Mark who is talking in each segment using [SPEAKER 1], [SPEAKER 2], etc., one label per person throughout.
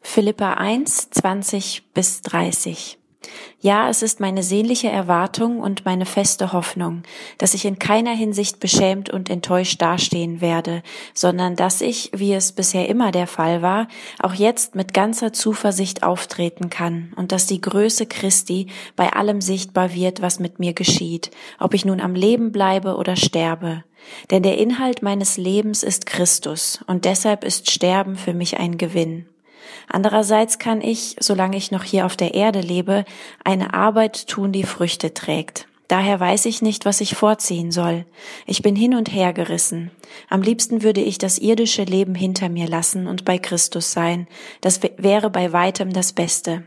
[SPEAKER 1] Philippa 1, 20 bis 30. Ja, es ist meine sehnliche Erwartung und meine feste Hoffnung, dass ich in keiner Hinsicht beschämt und enttäuscht dastehen werde, sondern dass ich, wie es bisher immer der Fall war, auch jetzt mit ganzer Zuversicht auftreten kann und dass die Größe Christi bei allem sichtbar wird, was mit mir geschieht, ob ich nun am Leben bleibe oder sterbe. Denn der Inhalt meines Lebens ist Christus, und deshalb ist Sterben für mich ein Gewinn. Andererseits kann ich, solange ich noch hier auf der Erde lebe, eine Arbeit tun, die Früchte trägt. Daher weiß ich nicht, was ich vorziehen soll. Ich bin hin und her gerissen. Am liebsten würde ich das irdische Leben hinter mir lassen und bei Christus sein. Das wäre bei weitem das Beste.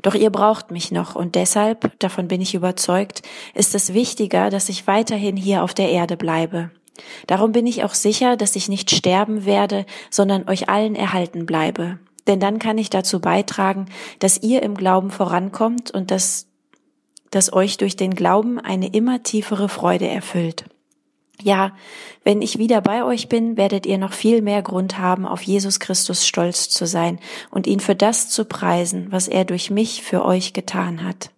[SPEAKER 1] Doch ihr braucht mich noch und deshalb, davon bin ich überzeugt, ist es wichtiger, dass ich weiterhin hier auf der Erde bleibe. Darum bin ich auch sicher, dass ich nicht sterben werde, sondern euch allen erhalten bleibe denn dann kann ich dazu beitragen, dass ihr im Glauben vorankommt und dass, dass euch durch den Glauben eine immer tiefere Freude erfüllt. Ja, wenn ich wieder bei euch bin, werdet ihr noch viel mehr Grund haben, auf Jesus Christus stolz zu sein und ihn für das zu preisen, was er durch mich für euch getan hat.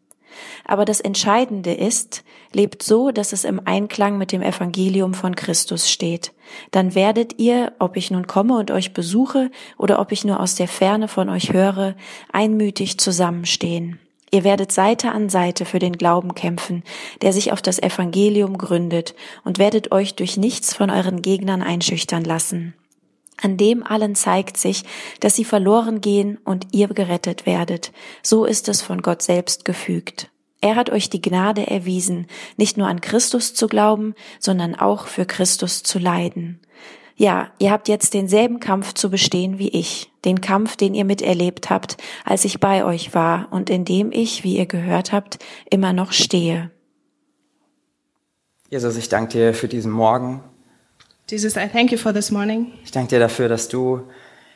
[SPEAKER 1] Aber das Entscheidende ist, lebt so, dass es im Einklang mit dem Evangelium von Christus steht. Dann werdet ihr, ob ich nun komme und euch besuche oder ob ich nur aus der Ferne von euch höre, einmütig zusammenstehen. Ihr werdet Seite an Seite für den Glauben kämpfen, der sich auf das Evangelium gründet, und werdet euch durch nichts von euren Gegnern einschüchtern lassen. An dem allen zeigt sich, dass sie verloren gehen und ihr gerettet werdet. So ist es von Gott selbst gefügt. Er hat euch die Gnade erwiesen, nicht nur an Christus zu glauben, sondern auch für Christus zu leiden. Ja, ihr habt jetzt denselben Kampf zu bestehen wie ich, den Kampf, den ihr miterlebt habt, als ich bei euch war und in dem ich, wie ihr gehört habt, immer noch stehe.
[SPEAKER 2] Jesus, ich danke dir für diesen Morgen.
[SPEAKER 3] Jesus, I thank you for this morning.
[SPEAKER 2] Ich danke dir dafür, dass du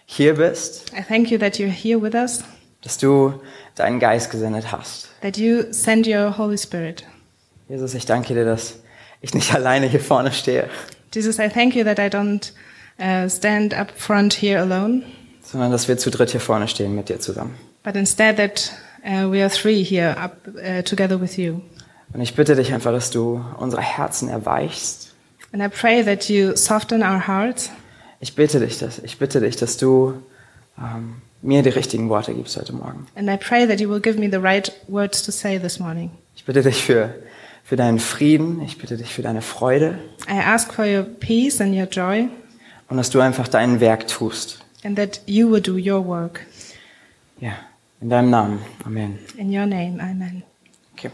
[SPEAKER 2] hier bist,
[SPEAKER 3] I thank you that you're here with us,
[SPEAKER 2] dass du deinen Geist gesendet hast.
[SPEAKER 3] that you send your Holy Spirit.
[SPEAKER 2] Jesus, ich danke dir, dass ich nicht alleine hier vorne stehe,
[SPEAKER 3] Jesus, I thank you that I don't uh, stand up front here alone,
[SPEAKER 2] sondern dass wir zu dritt hier vorne stehen mit dir zusammen.
[SPEAKER 3] but instead that uh, we are three here up uh, together with you.
[SPEAKER 2] Und ich bitte dich einfach, dass du unsere Herzen erweichst.
[SPEAKER 3] And I pray that you soften our hearts.
[SPEAKER 2] Ich bitte dich, dass, ich bitte dich, dass du ähm, mir die richtigen Worte gibst heute Morgen.
[SPEAKER 3] And I pray that you will give me the right words to say this morning.
[SPEAKER 2] Ich bitte dich für, für deinen Frieden, ich bitte dich für deine Freude
[SPEAKER 3] I ask for your peace and your joy,
[SPEAKER 2] und dass du einfach dein Werk tust.
[SPEAKER 3] and that you will do your work.
[SPEAKER 2] Ja, in deinem Namen. Amen.
[SPEAKER 3] In your name, amen.
[SPEAKER 2] Okay.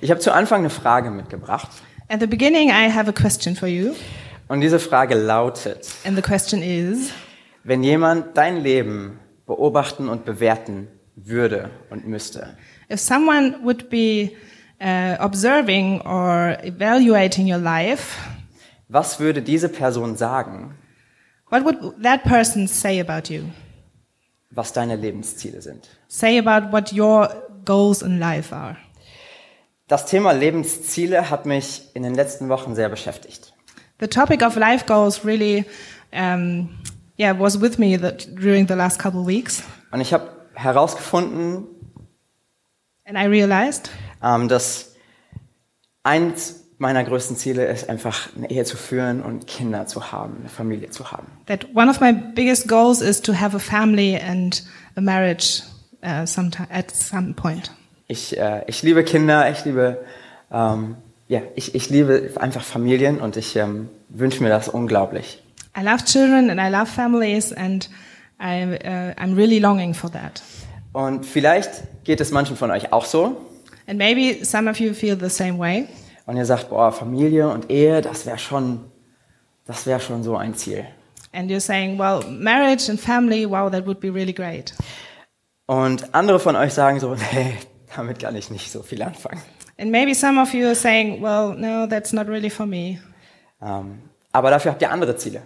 [SPEAKER 2] Ich habe zu Anfang eine Frage mitgebracht.
[SPEAKER 3] At the beginning, I have a question for you.
[SPEAKER 2] Und diese Frage lautet,
[SPEAKER 3] And the question is
[SPEAKER 2] wenn jemand dein Leben beobachten und bewerten würde und müsste,
[SPEAKER 3] if someone would be uh, observing or evaluating your life,
[SPEAKER 2] was würde diese Person sagen,
[SPEAKER 3] what would that person say about you?
[SPEAKER 2] was deine Lebensziele sind?
[SPEAKER 3] Say about what your goals in life are.
[SPEAKER 2] Das Thema Lebensziele hat mich in den letzten Wochen sehr beschäftigt.
[SPEAKER 3] The topic of life goals really, um, yeah, was with me that during the last couple of weeks,
[SPEAKER 2] Und ich habe herausgefunden,
[SPEAKER 3] and I realized
[SPEAKER 2] ähm, dass eins meiner größten Ziele ist, einfach eine Ehe zu führen und Kinder zu haben, eine Familie zu haben.
[SPEAKER 3] that one of my biggest goals is to have a family and a marriage uh, sometime, at some point.
[SPEAKER 2] Ich, äh, ich liebe Kinder, ich liebe, ähm, ja, ich, ich liebe einfach Familien und ich ähm, wünsche mir das unglaublich.
[SPEAKER 3] I love children and I love families, and I, uh, I'm really longing for that.
[SPEAKER 2] Und vielleicht geht es manchen von euch auch so
[SPEAKER 3] And maybe some of you feel the same way.
[SPEAKER 2] und ihr sagt, boah, Familie und Ehe, das wäre schon, das wäre schon so ein Ziel.
[SPEAKER 3] And you're saying, well, marriage and family, wow, that would be really great.
[SPEAKER 2] Und andere von euch sagen so, nee, damit kann ich nicht so viel anfangen.
[SPEAKER 3] And maybe some of you are saying, well, no, that's not really for me.
[SPEAKER 2] Ähm, aber dafür habt ihr andere Ziele.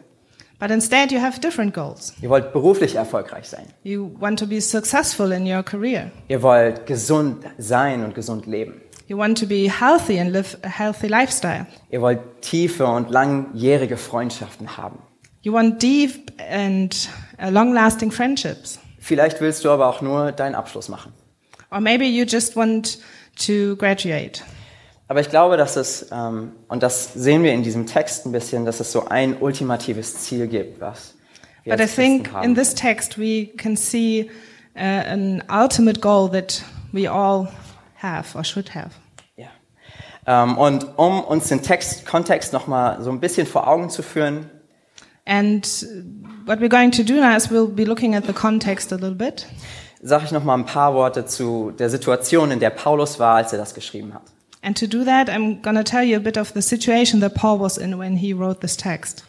[SPEAKER 3] But instead, you have different goals.
[SPEAKER 2] Ihr wollt beruflich erfolgreich sein.
[SPEAKER 3] You want to be successful in your career.
[SPEAKER 2] Ihr wollt gesund sein und gesund leben.
[SPEAKER 3] You want to be healthy and live a healthy lifestyle.
[SPEAKER 2] Ihr wollt tiefe und langjährige Freundschaften haben.
[SPEAKER 3] You want deep and uh, long lasting friendships.
[SPEAKER 2] Vielleicht willst du aber auch nur deinen Abschluss machen.
[SPEAKER 3] Or maybe you just want to graduate.
[SPEAKER 2] Aber ich glaube, dass es, ähm, und das sehen wir in diesem Text ein bisschen, dass es so ein ultimatives Ziel gibt, was wir
[SPEAKER 3] But I
[SPEAKER 2] als Christen
[SPEAKER 3] think in
[SPEAKER 2] haben.
[SPEAKER 3] this text we can see uh, an ultimate goal that we all have or should have.
[SPEAKER 2] Ja. Ähm, und um uns den Text, Kontext nochmal so ein bisschen vor Augen zu führen,
[SPEAKER 3] And what we're going to do now is we'll be looking at the context a little bit.
[SPEAKER 2] sage ich nochmal ein paar Worte zu der Situation, in der Paulus war, als er das geschrieben hat.
[SPEAKER 3] And to do that, I'm going to tell you a bit of the situation that Paul was in when he wrote this text.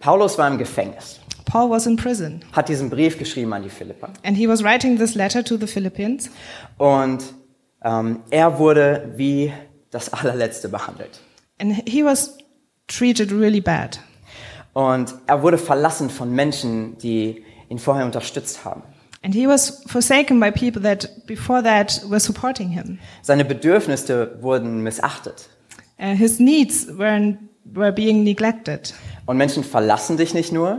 [SPEAKER 2] Paulus war im Gefängnis,
[SPEAKER 3] Paul was in prison,
[SPEAKER 2] hat diesen Brief geschrieben an die Philippa.
[SPEAKER 3] and he was writing this letter to the Philippians,
[SPEAKER 2] Und ähm, er wurde wie das allerletzte behandelt.
[SPEAKER 3] and he was treated really bad.
[SPEAKER 2] Und er wurde verlassen von Menschen, die ihn vorher unterstützt haben.
[SPEAKER 3] And he was forsaken by people that before that were supporting him.
[SPEAKER 2] Seine Bedürfnisse wurden missachtet.
[SPEAKER 3] Uh, his needs were, were being neglected.
[SPEAKER 2] Und Menschen verlassen dich nicht nur,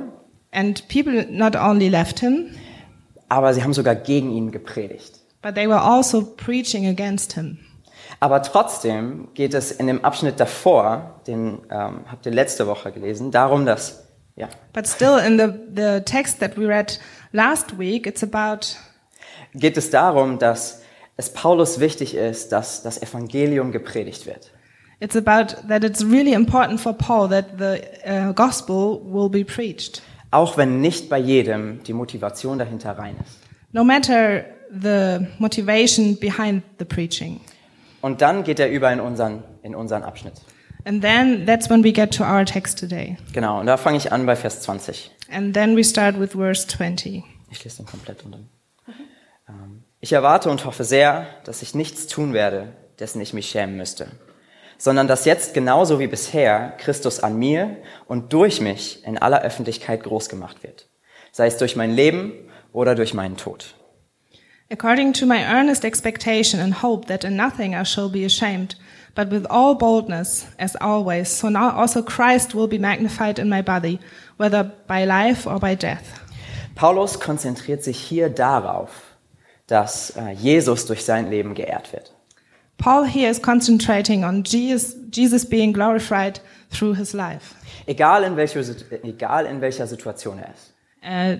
[SPEAKER 3] And people not only left him,
[SPEAKER 2] aber sie haben sogar gegen ihn gepredigt.
[SPEAKER 3] but they were also preaching against him.
[SPEAKER 2] Aber trotzdem geht es in dem Abschnitt davor, den ähm, habt ihr letzte Woche gelesen, darum, dass, ja,
[SPEAKER 3] But still, in the, the text that we read last week, it's about
[SPEAKER 2] geht es darum, dass es Paulus wichtig ist, dass das Evangelium gepredigt wird.
[SPEAKER 3] It's about that it's really important for Paul that the uh, gospel will be preached.
[SPEAKER 2] Auch wenn nicht bei jedem die Motivation dahinter rein ist.
[SPEAKER 3] No matter the motivation behind the preaching.
[SPEAKER 2] Und dann geht er über in unseren, in unseren Abschnitt.
[SPEAKER 3] And then that's when we get to our text today.
[SPEAKER 2] Genau, und da fange ich an bei Vers 20.
[SPEAKER 3] And then we start with verse 20.
[SPEAKER 2] Ich lese den komplett und dann. Ähm, Ich erwarte und hoffe sehr, dass ich nichts tun werde, dessen ich mich schämen müsste, sondern dass jetzt genauso wie bisher Christus an mir und durch mich in aller Öffentlichkeit groß gemacht wird, sei es durch mein Leben oder durch meinen Tod.
[SPEAKER 3] According to my earnest expectation and hope that in nothing I shall be ashamed, but with all boldness, as always, so now also Christ will be magnified in my body, whether by life or by death.
[SPEAKER 2] Paulus konzentriert sich hier darauf, dass äh, Jesus durch sein Leben geehrt wird.
[SPEAKER 3] Paul here is concentrating on Jesus, Jesus being glorified through his life.
[SPEAKER 2] Egal in, welcher, Sit- egal in welcher Situation er ist.
[SPEAKER 3] Uh,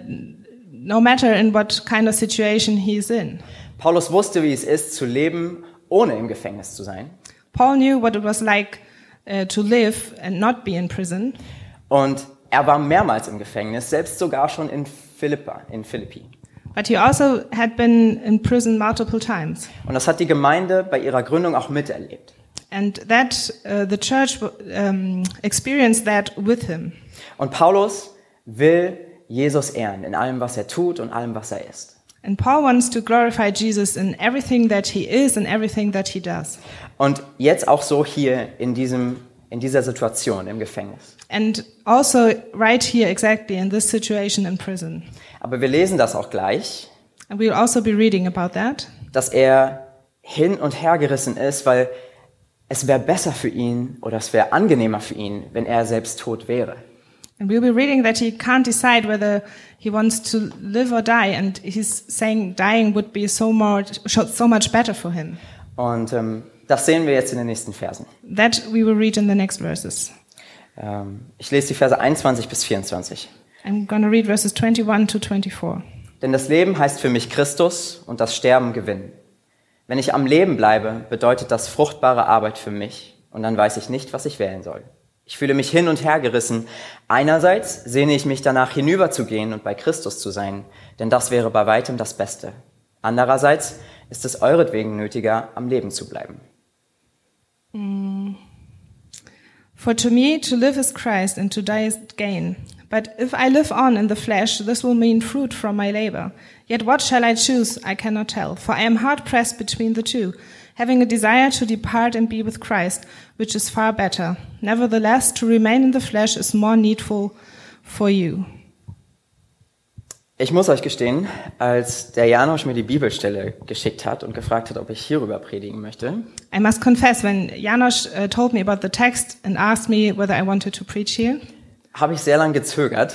[SPEAKER 3] no matter in what kind of situation he is in.
[SPEAKER 2] Paulus wusste, wie es ist, zu leben, ohne im Gefängnis zu sein.
[SPEAKER 3] Paul knew what it was like uh, to live and not be in prison.
[SPEAKER 2] Und er war mehrmals im Gefängnis, selbst sogar schon in Philippa, in Philippi.
[SPEAKER 3] But he also had been in prison multiple times.
[SPEAKER 2] Und das hat die Gemeinde bei ihrer Gründung auch miterlebt.
[SPEAKER 3] And that, uh, the church um, experienced that with him.
[SPEAKER 2] Und Paulus will Jesus ehren in allem, was er tut und allem, was er ist.
[SPEAKER 3] And Paul wants to glorify Jesus in everything that he is and everything that he does.
[SPEAKER 2] Und jetzt auch so hier in, diesem, in dieser Situation im Gefängnis.
[SPEAKER 3] And also right here exactly in this situation in prison.
[SPEAKER 2] Aber wir lesen das auch gleich,
[SPEAKER 3] And we'll also be reading about that.
[SPEAKER 2] dass er hin und her gerissen ist, weil es wäre besser für ihn oder es wäre angenehmer für ihn, wenn er selbst tot wäre.
[SPEAKER 3] And we'll be reading that he can't decide whether he wants to live or die. And he's saying dying would be so, more, so much better for him.
[SPEAKER 2] Und ähm, das sehen wir jetzt in den nächsten Versen.
[SPEAKER 3] That we will read in the next verses.
[SPEAKER 2] Ähm, ich lese die Verse 21 bis 24.
[SPEAKER 3] I'm going to read verses 21 to 24.
[SPEAKER 2] Denn das Leben heißt für mich Christus und das Sterben Gewinn. Wenn ich am Leben bleibe, bedeutet das fruchtbare Arbeit für mich und dann weiß ich nicht, was ich wählen soll. Ich fühle mich hin und her gerissen. Einerseits sehne ich mich danach hinüberzugehen und bei Christus zu sein, denn das wäre bei weitem das Beste. Andererseits ist es euretwegen nötiger, am Leben zu bleiben.
[SPEAKER 3] For to me, to live is Christ, and to die is gain. But if I live on in the flesh, this will mean fruit from my labor. Yet what shall I choose? I cannot tell, for I am hard pressed between the two, having a desire to depart and be with Christ, which is far better. Nevertheless, to remain in the flesh is more needful for you.
[SPEAKER 2] Ich muss euch gestehen, als der Janosch mir die Bibelstelle geschickt hat und gefragt hat, ob ich hierüber predigen möchte,
[SPEAKER 3] I must confess, when Janosch uh, told me about the text and asked me whether I wanted to preach here,
[SPEAKER 2] habe ich sehr lange gezögert,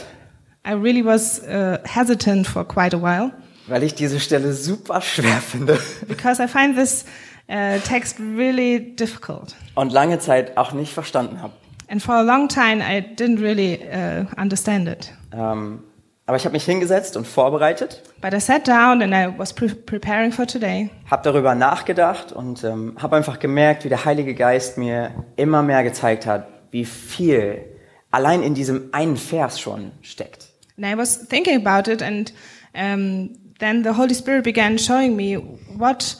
[SPEAKER 3] I really was uh, hesitant for quite a while.
[SPEAKER 2] weil ich diese Stelle super schwer finde
[SPEAKER 3] because I find this uh, text really difficult.
[SPEAKER 2] und lange Zeit auch nicht verstanden habe.
[SPEAKER 3] And for a long time, I didn't really uh, understand it.
[SPEAKER 2] Ähm, aber ich habe mich hingesetzt und vorbereitet,
[SPEAKER 3] But I sat down and I was pre- preparing for today.
[SPEAKER 2] habe darüber nachgedacht und ähm, habe einfach gemerkt, wie der Heilige Geist mir immer mehr gezeigt hat, wie viel allein in diesem einen Vers schon steckt.
[SPEAKER 3] And I was thinking about it, and um, then the Holy Spirit began showing me what,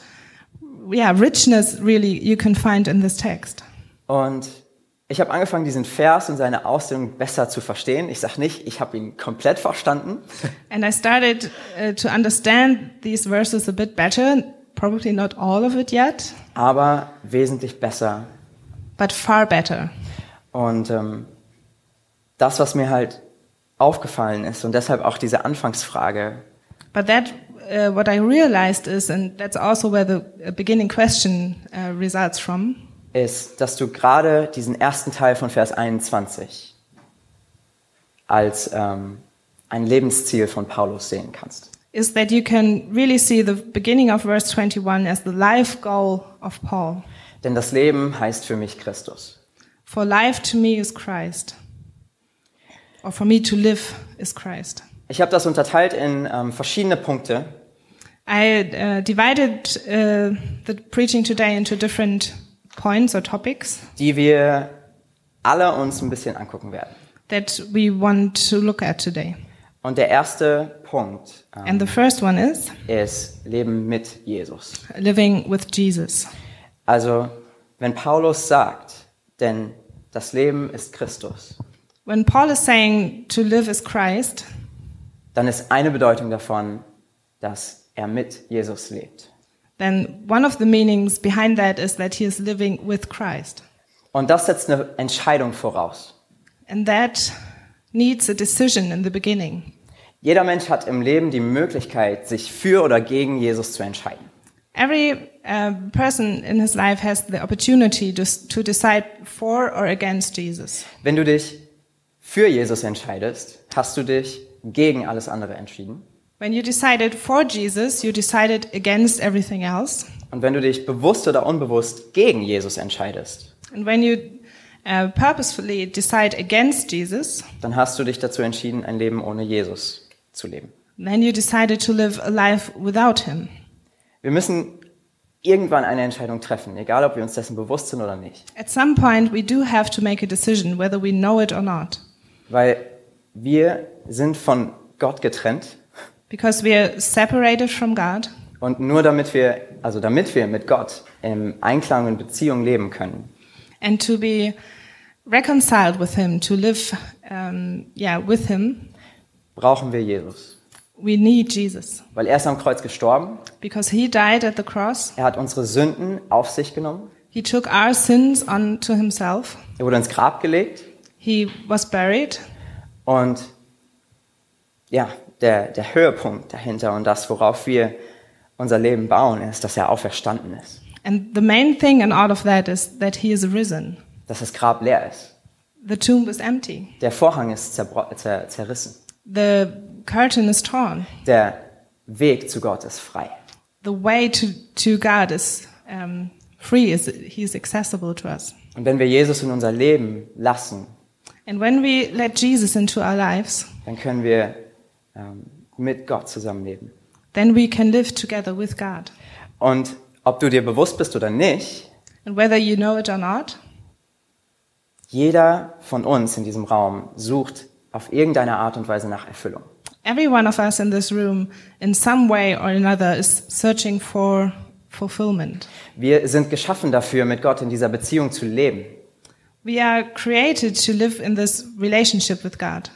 [SPEAKER 3] yeah, richness really you can find in this text.
[SPEAKER 2] Und ich habe angefangen, diesen Vers und seine Auslegung besser zu verstehen. Ich sage nicht, ich habe ihn komplett verstanden,
[SPEAKER 3] And I started uh, to understand these verses a bit better. Probably not all of it yet,
[SPEAKER 2] aber wesentlich besser.
[SPEAKER 3] but far better.
[SPEAKER 2] Und ähm, das, was mir halt aufgefallen ist und deshalb auch diese Anfangsfrage,
[SPEAKER 3] But that, uh, what I realized is, and that's also where the uh, beginning question uh, results from,
[SPEAKER 2] ist, dass du gerade diesen ersten Teil von Vers 21 als ähm, ein Lebensziel von Paulus sehen kannst.
[SPEAKER 3] is that you can really see the beginning of verse 21 as the life goal of Paul.
[SPEAKER 2] Denn das Leben heißt für mich Christus.
[SPEAKER 3] For life to me is Christ. Or for me to live is Christ.
[SPEAKER 2] Ich habe das unterteilt in ähm, verschiedene Punkte,
[SPEAKER 3] I uh, divided uh, the preaching today into different points or topics
[SPEAKER 2] die wir alle uns ein bisschen angucken werden.
[SPEAKER 3] that we want to look at today.
[SPEAKER 2] Und der erste Punkt ähm,
[SPEAKER 3] And the first one is
[SPEAKER 2] ist Leben mit Jesus.
[SPEAKER 3] living with Jesus.
[SPEAKER 2] Also, wenn Paulus sagt, denn das Leben ist Christus,
[SPEAKER 3] When Paul is saying to live is Christ,
[SPEAKER 2] dann ist eine Bedeutung davon, dass er mit Jesus lebt.
[SPEAKER 3] then one of the meanings behind that is that he is living with Christ.
[SPEAKER 2] Und das setzt eine Entscheidung voraus.
[SPEAKER 3] And that needs a decision in the beginning.
[SPEAKER 2] Jeder Mensch hat im Leben die Möglichkeit, sich für oder gegen Jesus zu entscheiden.
[SPEAKER 3] Every uh, person in his life has the opportunity to, to decide for or against Jesus.
[SPEAKER 2] Wenn du dich für Jesus entscheidest, hast du dich gegen alles andere entschieden.
[SPEAKER 3] When you decided for Jesus, you decided against everything else.
[SPEAKER 2] Und wenn du dich bewusst oder unbewusst gegen Jesus entscheidest,
[SPEAKER 3] And when you uh, purposefully decide against Jesus,
[SPEAKER 2] dann hast du dich dazu entschieden, ein Leben ohne Jesus zu leben.
[SPEAKER 3] then you decided to live a life without him.
[SPEAKER 2] Wir müssen irgendwann eine Entscheidung treffen, egal ob wir uns dessen bewusst sind oder nicht.
[SPEAKER 3] At some point, we do have to make a decision whether we know it or not,
[SPEAKER 2] Weil wir sind von Gott getrennt
[SPEAKER 3] because we are separated from God.
[SPEAKER 2] und nur damit wir, also damit wir mit Gott im Einklang und Beziehung leben können,
[SPEAKER 3] And to be reconciled with him, to live um, yeah, with him,
[SPEAKER 2] brauchen wir Jesus.
[SPEAKER 3] We need Jesus
[SPEAKER 2] Weil er ist am Kreuz gestorben,
[SPEAKER 3] because he died at the cross.
[SPEAKER 2] er hat unsere Sünden auf sich genommen,
[SPEAKER 3] He took our sins onto himself.
[SPEAKER 2] er wurde ins Grab gelegt
[SPEAKER 3] He was buried.
[SPEAKER 2] Und ja, der, der Höhepunkt dahinter und das, worauf wir unser Leben bauen, ist, dass er auferstanden ist,
[SPEAKER 3] And the main thing in all of that is that he is risen.
[SPEAKER 2] dass das Grab leer ist.
[SPEAKER 3] The tomb is empty.
[SPEAKER 2] Der Vorhang ist zerbro- zer zerrissen.
[SPEAKER 3] The curtain is torn.
[SPEAKER 2] Der Weg zu Gott ist frei.
[SPEAKER 3] The way to, to God is um, free, is, he is accessible to us.
[SPEAKER 2] Und wenn wir Jesus in unser Leben lassen,
[SPEAKER 3] And when we let Jesus into our lives,
[SPEAKER 2] dann können wir ähm, mit Gott zusammenleben.
[SPEAKER 3] then we can live together with God.
[SPEAKER 2] Und ob du dir bewusst bist oder nicht,
[SPEAKER 3] And whether you know it or not,
[SPEAKER 2] jeder von uns in diesem Raum sucht auf irgendeine Art und Weise nach Erfüllung.
[SPEAKER 3] Every one of us in this room, in some way or another, is searching for fulfillment.
[SPEAKER 2] Wir sind geschaffen dafür, mit Gott in dieser Beziehung zu leben.
[SPEAKER 3] We are created to live in this relationship with God.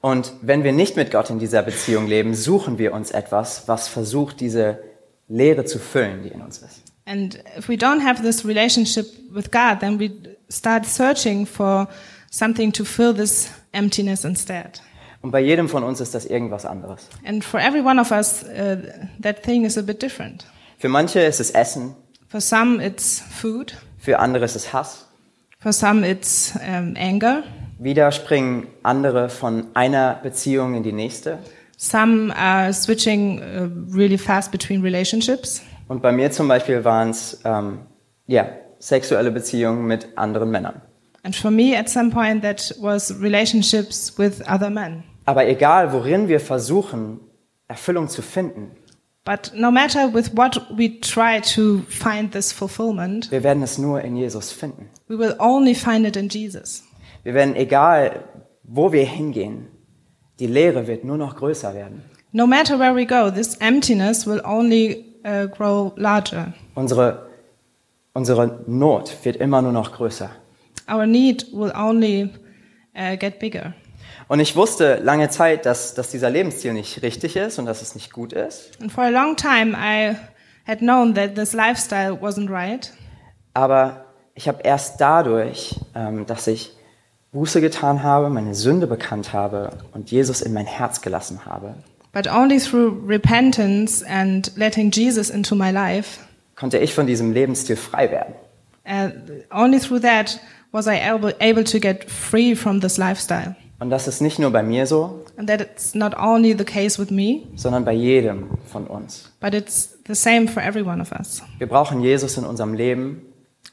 [SPEAKER 2] Und wenn wir nicht mit Gott in dieser Beziehung leben, suchen wir uns etwas, was versucht, diese Leere zu füllen, die in uns ist.
[SPEAKER 3] And if we don't have this relationship with God, then we start searching for something to fill this emptiness instead.
[SPEAKER 2] Und bei jedem von uns ist das irgendwas anderes.
[SPEAKER 3] And for every one of us, uh, that thing is a bit different.
[SPEAKER 2] Für manche ist es Essen,
[SPEAKER 3] For some, it's food.
[SPEAKER 2] für andere ist es Hass.
[SPEAKER 3] For some, it's um, anger.
[SPEAKER 2] Wieder springen andere von einer Beziehung in die nächste.
[SPEAKER 3] Some are switching uh, really fast between relationships.
[SPEAKER 2] Und bei mir zum Beispiel waren es ähm, ja, sexuelle Beziehungen mit anderen Männern.
[SPEAKER 3] And for me, at some point, that was relationships with other men.
[SPEAKER 2] Aber egal, worin wir versuchen, Erfüllung zu finden,
[SPEAKER 3] But no matter with what we try to find this fulfillment,
[SPEAKER 2] wir werden es nur in Jesus finden.
[SPEAKER 3] we will only find it in Jesus.
[SPEAKER 2] Wir werden, egal wo wir hingehen, die Leere wird nur noch größer werden.
[SPEAKER 3] No matter where we go, this emptiness will only uh, grow larger.
[SPEAKER 2] Unsere, unsere Not wird immer nur noch größer.
[SPEAKER 3] Our need will only uh, get bigger.
[SPEAKER 2] Und ich wusste lange Zeit, dass, dass dieser Lebensstil nicht richtig ist und dass es nicht gut ist.
[SPEAKER 3] And for a long time, I had known that this lifestyle wasn't right.
[SPEAKER 2] Aber ich habe erst dadurch, ähm, dass ich Buße getan habe, meine Sünde bekannt habe und Jesus in mein Herz gelassen habe,
[SPEAKER 3] But only through repentance and letting Jesus into my life,
[SPEAKER 2] konnte ich von diesem Lebensstil frei werden.
[SPEAKER 3] uh, only through that was I able, able to get free from this lifestyle.
[SPEAKER 2] Und das ist nicht nur bei mir so,
[SPEAKER 3] And that it's not only the case with me,
[SPEAKER 2] sondern bei jedem von uns.
[SPEAKER 3] but it's the same for every one of us.
[SPEAKER 2] Wir brauchen Jesus in unserem Leben,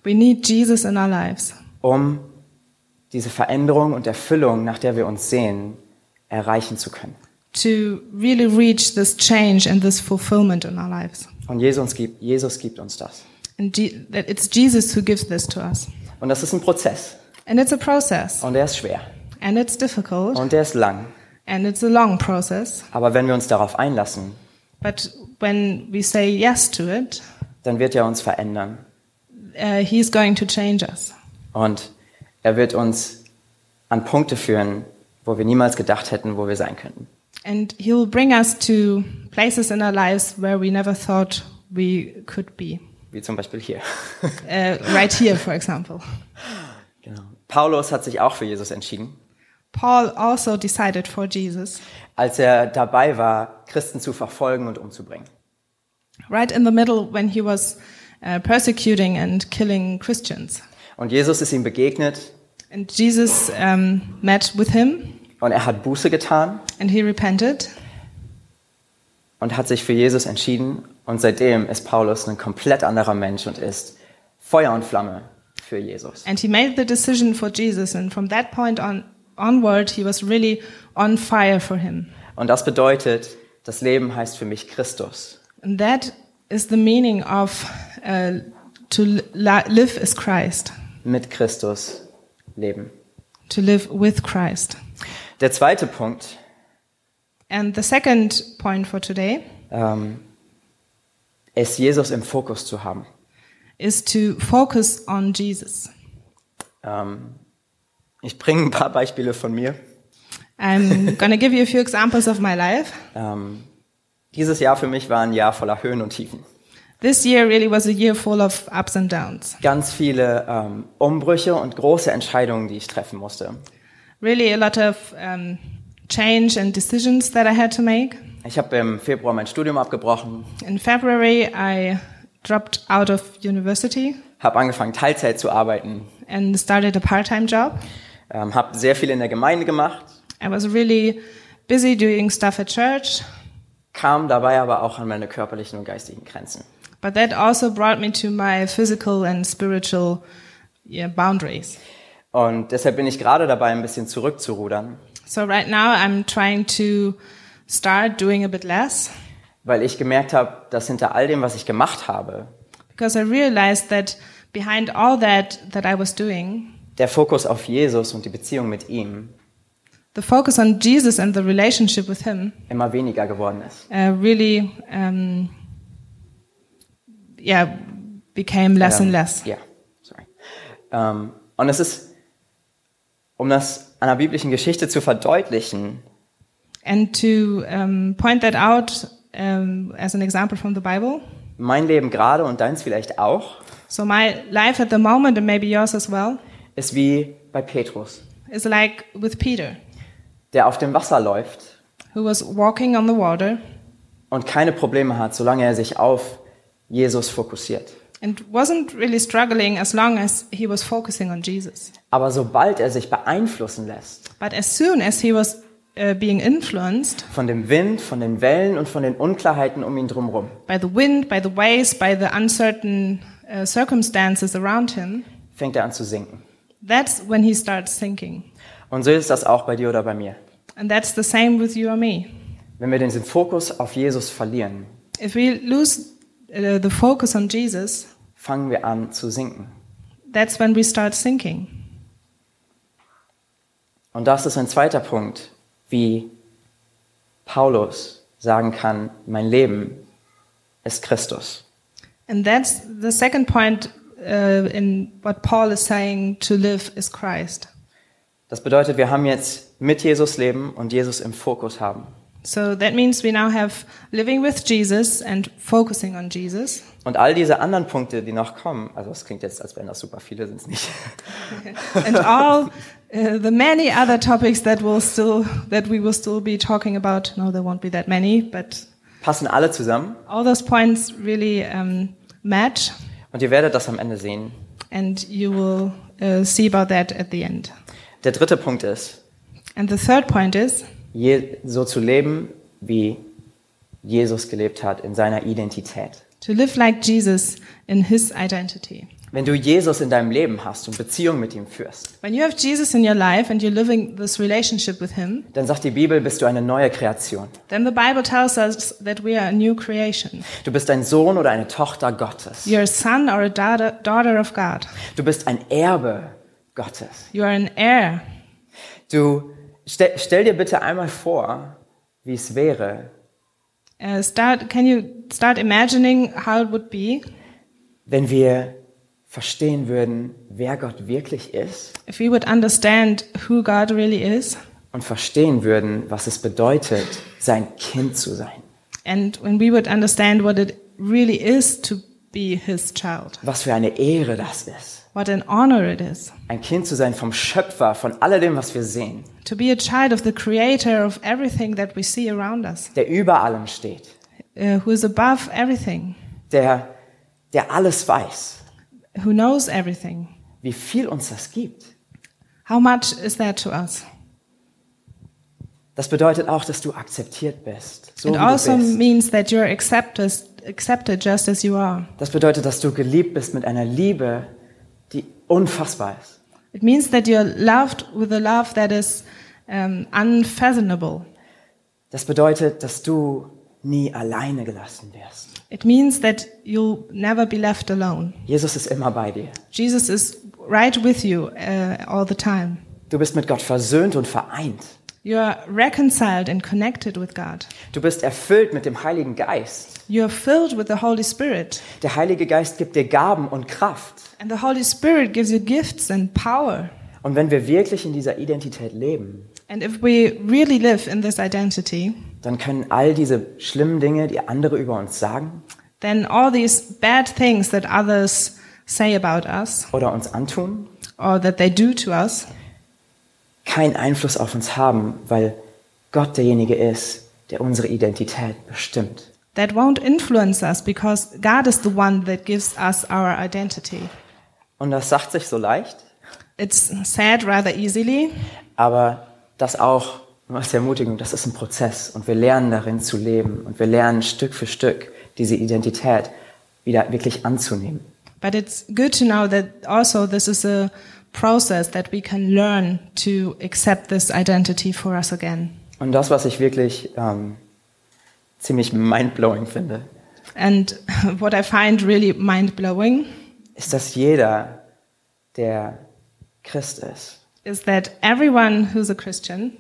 [SPEAKER 3] We need Jesus in our lives
[SPEAKER 2] um diese Veränderung und Erfüllung, nach der wir uns sehen, erreichen zu können.
[SPEAKER 3] to really reach this change and this fulfillment in our lives.
[SPEAKER 2] Und Jesus gibt, Jesus gibt uns das.
[SPEAKER 3] And Je- that it's Jesus who gives this to us.
[SPEAKER 2] Und das ist ein Prozess.
[SPEAKER 3] And it's a process,
[SPEAKER 2] Und der ist schwer.
[SPEAKER 3] and it's difficult,
[SPEAKER 2] Und der ist lang.
[SPEAKER 3] and it's a long process.
[SPEAKER 2] Aber wenn wir uns darauf einlassen,
[SPEAKER 3] But when we say yes to it,
[SPEAKER 2] dann wird er uns verändern.
[SPEAKER 3] uh, He's going to change us.
[SPEAKER 2] Und er wird uns an Punkte führen, wo wir niemals gedacht hätten, wo wir sein könnten.
[SPEAKER 3] And He will bring us to places in our lives where we never thought we could be.
[SPEAKER 2] Wie zum Beispiel hier.
[SPEAKER 3] Uh, right here, for example.
[SPEAKER 2] Genau. Paulus hat sich auch für Jesus entschieden.
[SPEAKER 3] Paul also decided for Jesus.
[SPEAKER 2] als er dabei war, Christen zu verfolgen und umzubringen.
[SPEAKER 3] right in the middle when he was uh, persecuting and killing Christians.
[SPEAKER 2] Und Jesus ist ihm begegnet
[SPEAKER 3] And Jesus um, met with him
[SPEAKER 2] und er hat Buße getan
[SPEAKER 3] and he repented.
[SPEAKER 2] und hat sich für Jesus entschieden. Und seitdem ist Paulus ein komplett anderer Mensch und ist Feuer und Flamme für Jesus.
[SPEAKER 3] And he made the decision for Jesus. And from that point on, onward, he was really on fire for him.
[SPEAKER 2] Und das bedeutet, das Leben heißt für mich Christus.
[SPEAKER 3] And that is the meaning of uh, to li- live as Christ,
[SPEAKER 2] Mit Christus leben.
[SPEAKER 3] to live with Christ.
[SPEAKER 2] Der zweite Punkt,
[SPEAKER 3] And the second point for today
[SPEAKER 2] ähm, ist Jesus im Fokus zu haben.
[SPEAKER 3] is to focus on Jesus.
[SPEAKER 2] Ähm, ich bringe ein paar Beispiele von mir.
[SPEAKER 3] I'm going to give you a few examples of my life.
[SPEAKER 2] Ähm, dieses Jahr für mich war ein Jahr voller Höhen und Tiefen.
[SPEAKER 3] This year really was a year full of ups and downs.
[SPEAKER 2] Ganz viele ähm, Umbrüche und große Entscheidungen, die ich treffen musste.
[SPEAKER 3] Really, a lot of um, change and decisions that I had to make.
[SPEAKER 2] Ich habe im Februar mein Studium abgebrochen,
[SPEAKER 3] In February, I dropped out of university
[SPEAKER 2] habe angefangen Teilzeit zu arbeiten,
[SPEAKER 3] and started a part time job.
[SPEAKER 2] ähm, habe sehr viel in der Gemeinde gemacht,
[SPEAKER 3] I was really busy doing stuff at church,
[SPEAKER 2] kam dabei aber auch an meine körperlichen und geistigen Grenzen.
[SPEAKER 3] but that also brought me to my physical and spiritual yeah, boundaries.
[SPEAKER 2] Und deshalb bin ich gerade dabei, ein bisschen zurückzurudern,
[SPEAKER 3] So, right now, I'm trying to start doing a bit less
[SPEAKER 2] weil ich gemerkt habe, dass hinter all dem, was ich gemacht habe,
[SPEAKER 3] because I realized that behind all that that I was doing,
[SPEAKER 2] der Fokus auf Jesus und die Beziehung mit ihm
[SPEAKER 3] the focus on Jesus and the relationship with Him
[SPEAKER 2] immer weniger geworden ist.
[SPEAKER 3] uh, really, um, yeah, became less
[SPEAKER 2] Ähm,
[SPEAKER 3] and less.
[SPEAKER 2] Ja, sorry. Ähm, und es ist, um das an der biblischen Geschichte zu verdeutlichen,
[SPEAKER 3] And to um, point that out um, as an example from the Bible,
[SPEAKER 2] mein Leben gerade und deins vielleicht auch,
[SPEAKER 3] so my life at the moment and maybe yours as well
[SPEAKER 2] ist wie bei Petrus,
[SPEAKER 3] is like with Peter,
[SPEAKER 2] der auf dem Wasser läuft
[SPEAKER 3] who was walking on the water
[SPEAKER 2] und keine Probleme hat, solange er sich auf Jesus fokussiert.
[SPEAKER 3] and wasn't really struggling as long as he was focusing on Jesus.
[SPEAKER 2] Aber sobald er sich beeinflussen lässt
[SPEAKER 3] But as soon as he was uh, being influenced
[SPEAKER 2] Von dem Wind, von den Wellen und von den Unklarheiten um ihn drumherum.
[SPEAKER 3] by the wind, by the waves, by the uncertain uh, circumstances around him,
[SPEAKER 2] Fängt er an zu sinken.
[SPEAKER 3] that's when he starts thinking.
[SPEAKER 2] Und so ist das auch bei dir oder bei mir.
[SPEAKER 3] And that's the same with you or me.
[SPEAKER 2] Wenn wir den Fokus auf Jesus verlieren,
[SPEAKER 3] If we lose uh, the focus on Jesus,
[SPEAKER 2] fangen wir an zu sinken.
[SPEAKER 3] that's when we start sinking.
[SPEAKER 2] Und das ist ein zweiter Punkt, wie Paulus sagen kann, mein Leben ist Christus.
[SPEAKER 3] And that's the second point uh, in what Paul is saying to live is Christ.
[SPEAKER 2] Das bedeutet, wir haben jetzt mit Jesus leben und Jesus im Fokus haben.
[SPEAKER 3] So that means we now have living with Jesus and focusing on Jesus.
[SPEAKER 2] Und all diese anderen Punkte, die noch kommen, also es klingt jetzt, als wären das super viele, sind es nicht.
[SPEAKER 3] and all uh, the many other topics that will still that we will still be talking about. No, there won't be that many, but
[SPEAKER 2] Passen alle zusammen
[SPEAKER 3] all those points really um, match,
[SPEAKER 2] und ihr werdet das am Ende sehen.
[SPEAKER 3] and you will uh, see about that at the end.
[SPEAKER 2] Der dritte Punkt ist,
[SPEAKER 3] And the third point is
[SPEAKER 2] je, so zu leben, wie Jesus gelebt hat in seiner Identität.
[SPEAKER 3] to live like Jesus in His identity.
[SPEAKER 2] Wenn du Jesus in deinem Leben hast und Beziehung mit ihm führst,
[SPEAKER 3] When you have Jesus in your life and you're living this relationship with Him,
[SPEAKER 2] dann sagt die Bibel, bist du eine neue Kreation.
[SPEAKER 3] then the Bible tells us that we are a new creation.
[SPEAKER 2] Du bist ein Sohn oder eine Tochter Gottes.
[SPEAKER 3] You're a son or a daughter, daughter of God.
[SPEAKER 2] Du bist ein Erbe Gottes.
[SPEAKER 3] You are an heir.
[SPEAKER 2] Du stell, stell dir bitte einmal vor, wie es wäre,
[SPEAKER 3] Uh, start, can you start imagining how it would be
[SPEAKER 2] wenn wir verstehen würden, wer Gott wirklich ist
[SPEAKER 3] if we would understand who God really is
[SPEAKER 2] und verstehen würden, was es bedeutet, sein Kind zu sein.
[SPEAKER 3] and when we would understand what it really is to be His child?
[SPEAKER 2] Was für eine Ehre das ist.
[SPEAKER 3] What an honor it is
[SPEAKER 2] Ein Kind zu sein vom Schöpfer, von alledem, was wir sehen,
[SPEAKER 3] to be a child of the Creator of everything that we see around us,
[SPEAKER 2] der über allem steht,
[SPEAKER 3] uh, who is above everything,
[SPEAKER 2] der, der alles weiß,
[SPEAKER 3] who knows everything.
[SPEAKER 2] wie viel uns das gibt.
[SPEAKER 3] How much is that to us?
[SPEAKER 2] Das bedeutet auch, dass du akzeptiert bist, so
[SPEAKER 3] it
[SPEAKER 2] wie
[SPEAKER 3] also
[SPEAKER 2] du bist.
[SPEAKER 3] means that you're accepted, accepted just as you are.
[SPEAKER 2] Das bedeutet, dass du geliebt bist mit einer Liebe, die unfassbar ist.
[SPEAKER 3] It means that you're loved with a love that is um, unfathomable.
[SPEAKER 2] Das bedeutet, dass du nie alleine gelassen wirst.
[SPEAKER 3] It means that you'll never be left alone.
[SPEAKER 2] Jesus ist immer bei dir.
[SPEAKER 3] Jesus is right with you uh, all the time.
[SPEAKER 2] Du bist mit Gott versöhnt und vereint.
[SPEAKER 3] You are reconciled and connected with God.
[SPEAKER 2] Du bist erfüllt mit dem Heiligen Geist.
[SPEAKER 3] You are filled with the Holy Spirit,
[SPEAKER 2] Der Heilige Geist gibt dir Gaben und Kraft.
[SPEAKER 3] and the Holy Spirit gives you gifts and power.
[SPEAKER 2] Und wenn wir wirklich in dieser Identität leben,
[SPEAKER 3] And if we really live in this identity,
[SPEAKER 2] dann können all diese schlimmen Dinge, die andere über uns sagen
[SPEAKER 3] then all these bad things that others say about us
[SPEAKER 2] oder uns antun,
[SPEAKER 3] or that they do to us
[SPEAKER 2] keinen Einfluss auf uns haben, weil Gott derjenige ist, der unsere Identität bestimmt.
[SPEAKER 3] that won't influence us because God is the one that gives us our identity.
[SPEAKER 2] Und das sagt sich so leicht,
[SPEAKER 3] It's said rather easily,
[SPEAKER 2] aber das auch nur als Ermutigung, das ist ein Prozess und wir lernen darin zu leben und wir lernen Stück für Stück diese Identität wieder wirklich anzunehmen.
[SPEAKER 3] but it's good to know that also this is a process that we can learn to accept this identity for us again.
[SPEAKER 2] Und das, was ich wirklich ähm, ziemlich mindblowing finde,
[SPEAKER 3] And what I find really mind blowing
[SPEAKER 2] ist, dass jeder, der Christ ist,
[SPEAKER 3] is that everyone who's a Christian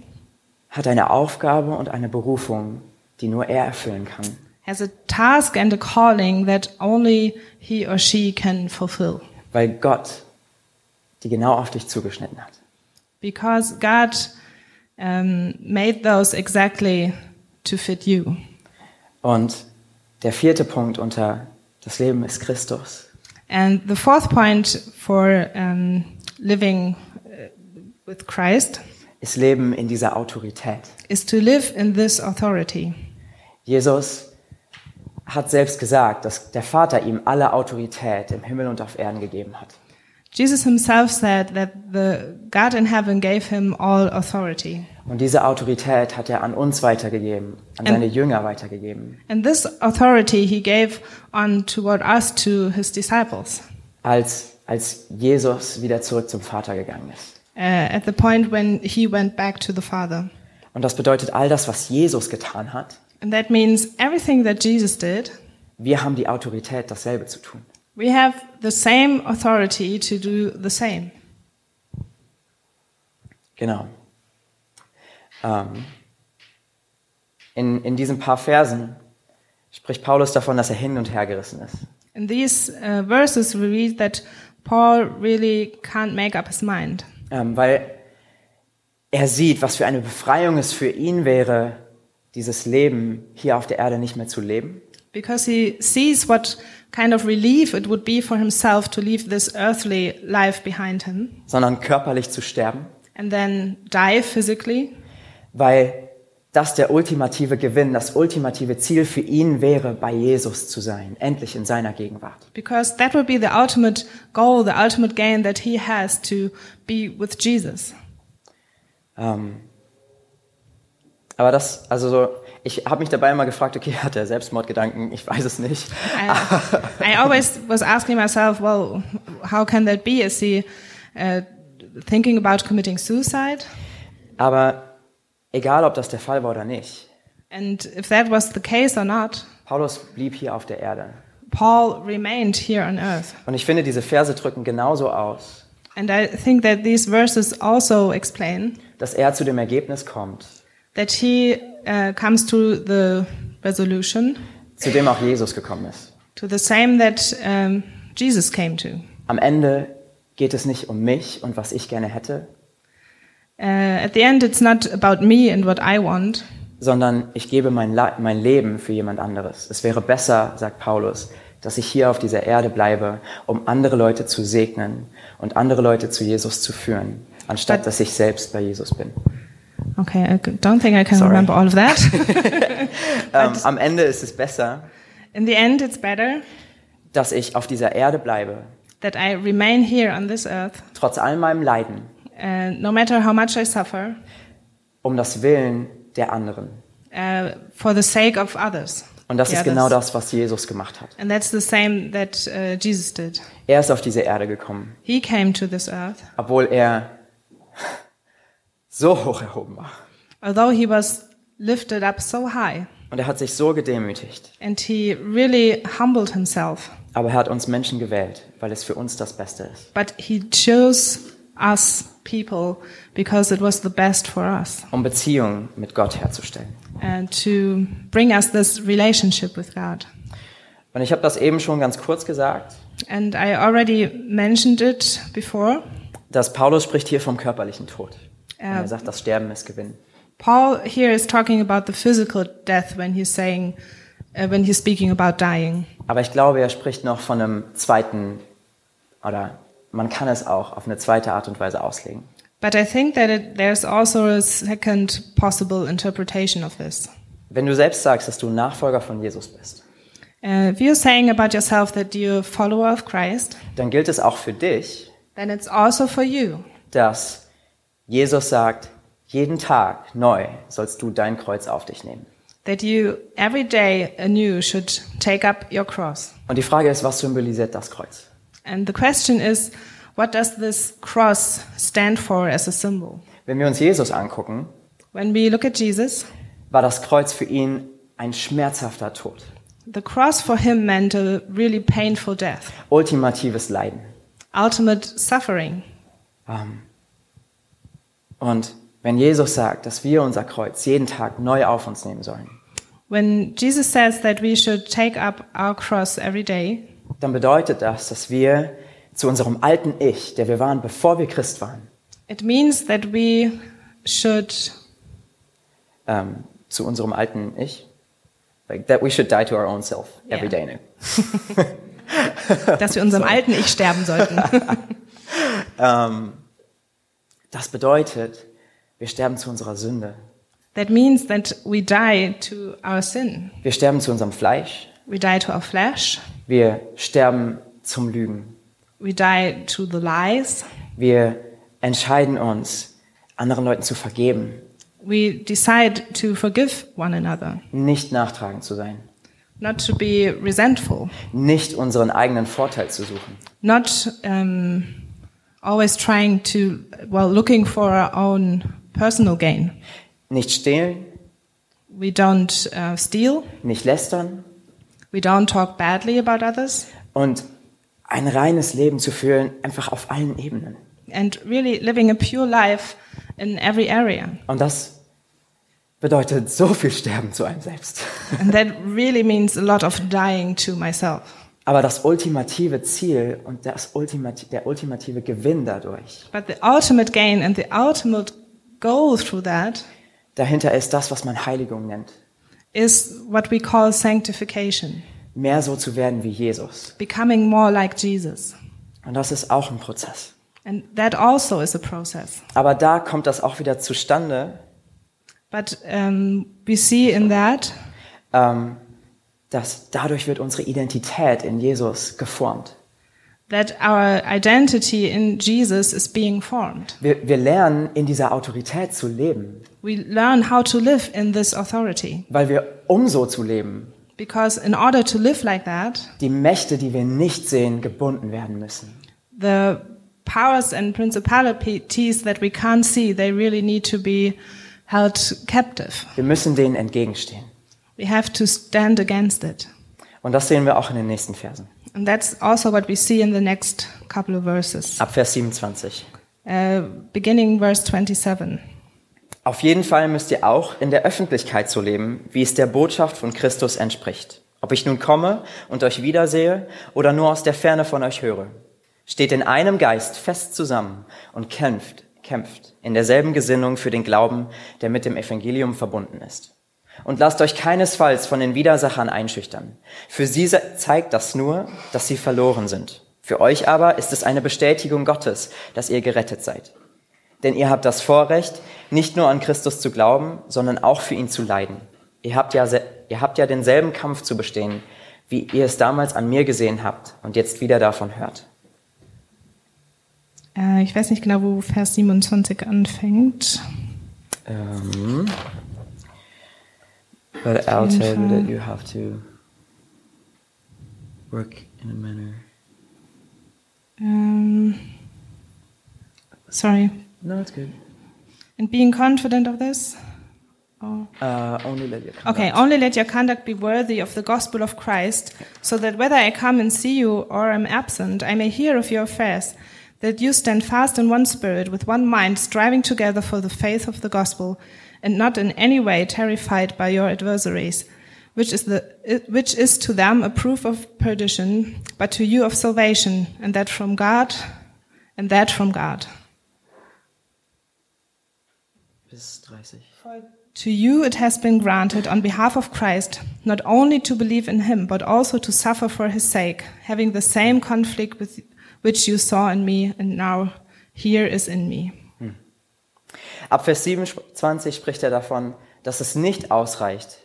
[SPEAKER 2] hat eine Aufgabe und eine Berufung, die nur er erfüllen kann.
[SPEAKER 3] has a task and a calling that only he or she can fulfill
[SPEAKER 2] weil Gott die genau auf dich zugeschnitten hat.
[SPEAKER 3] because God um, made those exactly to fit you.
[SPEAKER 2] Und der vierte Punkt unter das Leben ist Christus
[SPEAKER 3] And the fourth point for um, living uh, with Christ
[SPEAKER 2] ist Leben in dieser Autorität.
[SPEAKER 3] is to live in this authority.
[SPEAKER 2] Jesus hat selbst gesagt, dass der Vater ihm alle Autorität im Himmel und auf Erden gegeben hat.
[SPEAKER 3] Jesus himself said that the God in heaven gave him all authority.
[SPEAKER 2] Und diese Autorität hat er an uns weitergegeben, an seine Jünger weitergegeben.
[SPEAKER 3] And this authority he gave on toward us to his disciples.
[SPEAKER 2] Als, als Jesus wieder zurück zum Vater gegangen ist.
[SPEAKER 3] uh, at the point when he went back to the Father.
[SPEAKER 2] Und das bedeutet, all das, was Jesus getan hat,
[SPEAKER 3] And that means everything that Jesus did,
[SPEAKER 2] wir haben die Autorität, dasselbe zu tun.
[SPEAKER 3] we have the same authority to do the same.
[SPEAKER 2] Genau. Ähm, in, in diesen paar Versen spricht Paulus davon, dass er hin und her gerissen ist.
[SPEAKER 3] In these uh, verses, we read that Paul really can't make up his mind
[SPEAKER 2] Ähm, weil er sieht, was für eine Befreiung es für ihn wäre, dieses Leben hier auf der Erde nicht mehr zu leben.
[SPEAKER 3] because he sees what kind of relief it would be for himself to leave this earthly life behind him
[SPEAKER 2] sondern körperlich zu sterben,
[SPEAKER 3] and then die physically,
[SPEAKER 2] weil das der ultimative Gewinn, das ultimative Ziel für ihn wäre, bei Jesus zu sein, endlich in seiner Gegenwart.
[SPEAKER 3] because that would be the ultimate goal, the ultimate gain that he has to be with Jesus.
[SPEAKER 2] Ähm, aber das, also so, ich habe mich dabei immer gefragt, okay, hat er Selbstmordgedanken? Ich weiß es nicht.
[SPEAKER 3] I, I always was asking myself, well, how can that be? Is he uh, thinking about committing suicide?
[SPEAKER 2] Aber egal, ob das der Fall war oder nicht,
[SPEAKER 3] And if that was the case or not,
[SPEAKER 2] Paulus blieb hier auf der Erde.
[SPEAKER 3] Paul remained here on earth.
[SPEAKER 2] Und ich finde, diese Verse drücken genauso aus,
[SPEAKER 3] And I think that these verses also explain
[SPEAKER 2] dass er zu dem Ergebnis kommt,
[SPEAKER 3] that he uh, comes to the resolution,
[SPEAKER 2] zu dem auch Jesus gekommen ist.
[SPEAKER 3] to the same that um, Jesus came to.
[SPEAKER 2] Am Ende geht es nicht um mich und was ich gerne hätte,
[SPEAKER 3] Uh, at the end, it's not about me and what I want,
[SPEAKER 2] sondern ich gebe mein, La- mein Leben für jemand anderes. Es wäre besser, sagt Paulus, dass ich hier auf dieser Erde bleibe, um andere Leute zu segnen und andere Leute zu Jesus zu führen, anstatt dass ich selbst bei Jesus bin.
[SPEAKER 3] Okay, I don't think I can
[SPEAKER 2] Sorry.
[SPEAKER 3] remember all of that.
[SPEAKER 2] Ähm, am Ende ist es besser,
[SPEAKER 3] In the end, it's better
[SPEAKER 2] dass ich auf dieser Erde bleibe,
[SPEAKER 3] that I remain here on this earth,
[SPEAKER 2] trotz all meinem Leiden,
[SPEAKER 3] uh, no matter how much I suffer,
[SPEAKER 2] um das Willen der anderen.
[SPEAKER 3] uh, for the sake of others.
[SPEAKER 2] Und das
[SPEAKER 3] the
[SPEAKER 2] ist genau
[SPEAKER 3] others.
[SPEAKER 2] das, was Jesus gemacht hat.
[SPEAKER 3] And that's the same that uh, Jesus did.
[SPEAKER 2] Er ist auf diese Erde gekommen,
[SPEAKER 3] He came to this earth,
[SPEAKER 2] obwohl er so hoch erhoben war.
[SPEAKER 3] although he was lifted up so high,
[SPEAKER 2] Und er hat sich so gedemütigt.
[SPEAKER 3] and he really humbled himself.
[SPEAKER 2] Aber er hat uns Menschen gewählt, weil es für uns das Beste ist.
[SPEAKER 3] But he chose us people because it was the best for us
[SPEAKER 2] Um Beziehungen mit Gott herzustellen.
[SPEAKER 3] and uh, to bring us this relationship with God.
[SPEAKER 2] Und ich habe das eben schon ganz kurz gesagt,
[SPEAKER 3] And I already mentioned it before.
[SPEAKER 2] dass Paulus spricht hier vom körperlichen Tod. Und
[SPEAKER 3] Ja.
[SPEAKER 2] er sagt, das Sterben ist Gewinn.
[SPEAKER 3] Paul here is talking about the physical death when he's saying, uh, when he's speaking about dying.
[SPEAKER 2] Aber ich glaube, er spricht noch von einem zweiten, oder man kann es auch auf eine zweite Art und Weise auslegen.
[SPEAKER 3] But I think that it, there's also a second possible interpretation of this.
[SPEAKER 2] Wenn du selbst sagst, dass du ein Nachfolger von Jesus bist,
[SPEAKER 3] Uh, if you're saying about yourself that you're a follower of Christ,
[SPEAKER 2] dann gilt es auch für dich,
[SPEAKER 3] then it's also for you
[SPEAKER 2] dass Jesus sagt, jeden Tag neu sollst du dein Kreuz auf dich nehmen.
[SPEAKER 3] that you every day anew should take up your cross.
[SPEAKER 2] Und die Frage ist, was symbolisiert das Kreuz?
[SPEAKER 3] And the question is, what does this cross stand for as a symbol?
[SPEAKER 2] Wenn wir uns Jesus angucken,
[SPEAKER 3] When we look at Jesus,
[SPEAKER 2] war das Kreuz für ihn ein schmerzhafter Tod,
[SPEAKER 3] the cross for him meant a really painful death.
[SPEAKER 2] ultimatives Leiden.
[SPEAKER 3] ultimate suffering.
[SPEAKER 2] Ähm, Und wenn Jesus sagt, dass wir unser Kreuz jeden Tag neu auf uns nehmen sollen,
[SPEAKER 3] When Jesus says that we should take up our cross every day,
[SPEAKER 2] dann bedeutet das, dass wir zu unserem alten Ich, der wir waren, bevor wir Christ waren,
[SPEAKER 3] it means that we should
[SPEAKER 2] ähm, zu unserem alten Ich, like that we should die to our own self every
[SPEAKER 3] Ja.
[SPEAKER 2] day now.
[SPEAKER 3] dass wir unserem alten Ich sterben sollten.
[SPEAKER 2] Das bedeutet, wir sterben zu unserer Sünde,
[SPEAKER 3] That means that we die to our sin.
[SPEAKER 2] wir sterben zu unserem Fleisch,
[SPEAKER 3] We die to our flesh.
[SPEAKER 2] wir sterben zum Lügen
[SPEAKER 3] We die to the lies.
[SPEAKER 2] Wir entscheiden uns, anderen Leuten zu vergeben,
[SPEAKER 3] We decide to forgive one another,
[SPEAKER 2] nicht nachtragend zu sein,
[SPEAKER 3] not to be resentful,
[SPEAKER 2] nicht unseren eigenen Vorteil zu suchen.
[SPEAKER 3] not um, always trying to, well, looking for our own personal gain.
[SPEAKER 2] Nicht stehlen,
[SPEAKER 3] We don't uh, steal.
[SPEAKER 2] nicht lästern
[SPEAKER 3] We don't talk badly about others.
[SPEAKER 2] und ein reines Leben zu führen, einfach auf allen Ebenen.
[SPEAKER 3] And really living a pure life in every area.
[SPEAKER 2] Und das bedeutet so viel Sterben zu einem selbst.
[SPEAKER 3] And that really means a lot of dying to myself.
[SPEAKER 2] Aber das ultimative Ziel und das ultimati der ultimative Gewinn dadurch,
[SPEAKER 3] But the ultimate gain and the ultimate goal through that
[SPEAKER 2] dahinter ist das, was man Heiligung nennt.
[SPEAKER 3] is what we call sanctification,
[SPEAKER 2] Mehr so zu werden wie Jesus.
[SPEAKER 3] becoming more like Jesus.
[SPEAKER 2] Und das ist auch ein Prozess.
[SPEAKER 3] And that also is a process.
[SPEAKER 2] Aber da kommt das auch wieder zustande,
[SPEAKER 3] But um, we see in that
[SPEAKER 2] ähm, dass dadurch wird unsere Identität in Jesus geformt.
[SPEAKER 3] that our identity in Jesus is being formed.
[SPEAKER 2] Wir, wir lernen, in dieser Autorität zu leben,
[SPEAKER 3] We learn how to live in this authority
[SPEAKER 2] weil wir, um so zu leben,
[SPEAKER 3] because in order to live like that,
[SPEAKER 2] die Mächte, die wir nicht sehen, gebunden werden müssen.
[SPEAKER 3] the powers and principalities that we can't see, they really need to be held captive.
[SPEAKER 2] Wir müssen denen entgegenstehen.
[SPEAKER 3] We have to stand against it.
[SPEAKER 2] Und das sehen wir auch in den nächsten Versen.
[SPEAKER 3] And that's also what we see in the next couple of verses,
[SPEAKER 2] Ab Vers 27.
[SPEAKER 3] uh, beginning verse 27.
[SPEAKER 2] Auf jeden Fall müsst ihr auch in der Öffentlichkeit so leben, wie es der Botschaft von Christus entspricht. Ob ich nun komme und euch wiedersehe oder nur aus der Ferne von euch höre. Steht in einem Geist fest zusammen und kämpft, kämpft in derselben Gesinnung für den Glauben, der mit dem Evangelium verbunden ist. Und lasst euch keinesfalls von den Widersachern einschüchtern. Für sie se- zeigt das nur, dass sie verloren sind. Für euch aber ist es eine Bestätigung Gottes, dass ihr gerettet seid. Denn ihr habt das Vorrecht, nicht nur an Christus zu glauben, sondern auch für ihn zu leiden. Ihr habt ja, se- ihr habt ja denselben Kampf zu bestehen, wie ihr es damals an mir gesehen habt und jetzt wieder davon hört.
[SPEAKER 3] Äh, ich weiß nicht genau, wo Vers 27 anfängt.
[SPEAKER 2] Ähm, but I'll tell you that you have to work in a manner.
[SPEAKER 3] Ähm, sorry.
[SPEAKER 2] No, it's good.
[SPEAKER 3] And being confident of this? Oh.
[SPEAKER 2] Uh, only let your conduct-
[SPEAKER 3] Okay, only let your conduct be worthy of the gospel of Christ, so that whether I come and see you or am absent, I may hear of your affairs, that you stand fast in one spirit, with one mind, striving together for the faith of the gospel, and not in any way terrified by your adversaries, which is, the, i- which is to them a proof of perdition, but to you of salvation, and that from God, and that from God.
[SPEAKER 2] Bis 30.
[SPEAKER 3] To you it has been granted on behalf of Christ not only to believe in him, but also to suffer for his sake, having the same conflict with, which you saw in me and now here is in me.
[SPEAKER 2] Ab Vers 27 spricht er davon, dass es nicht ausreicht,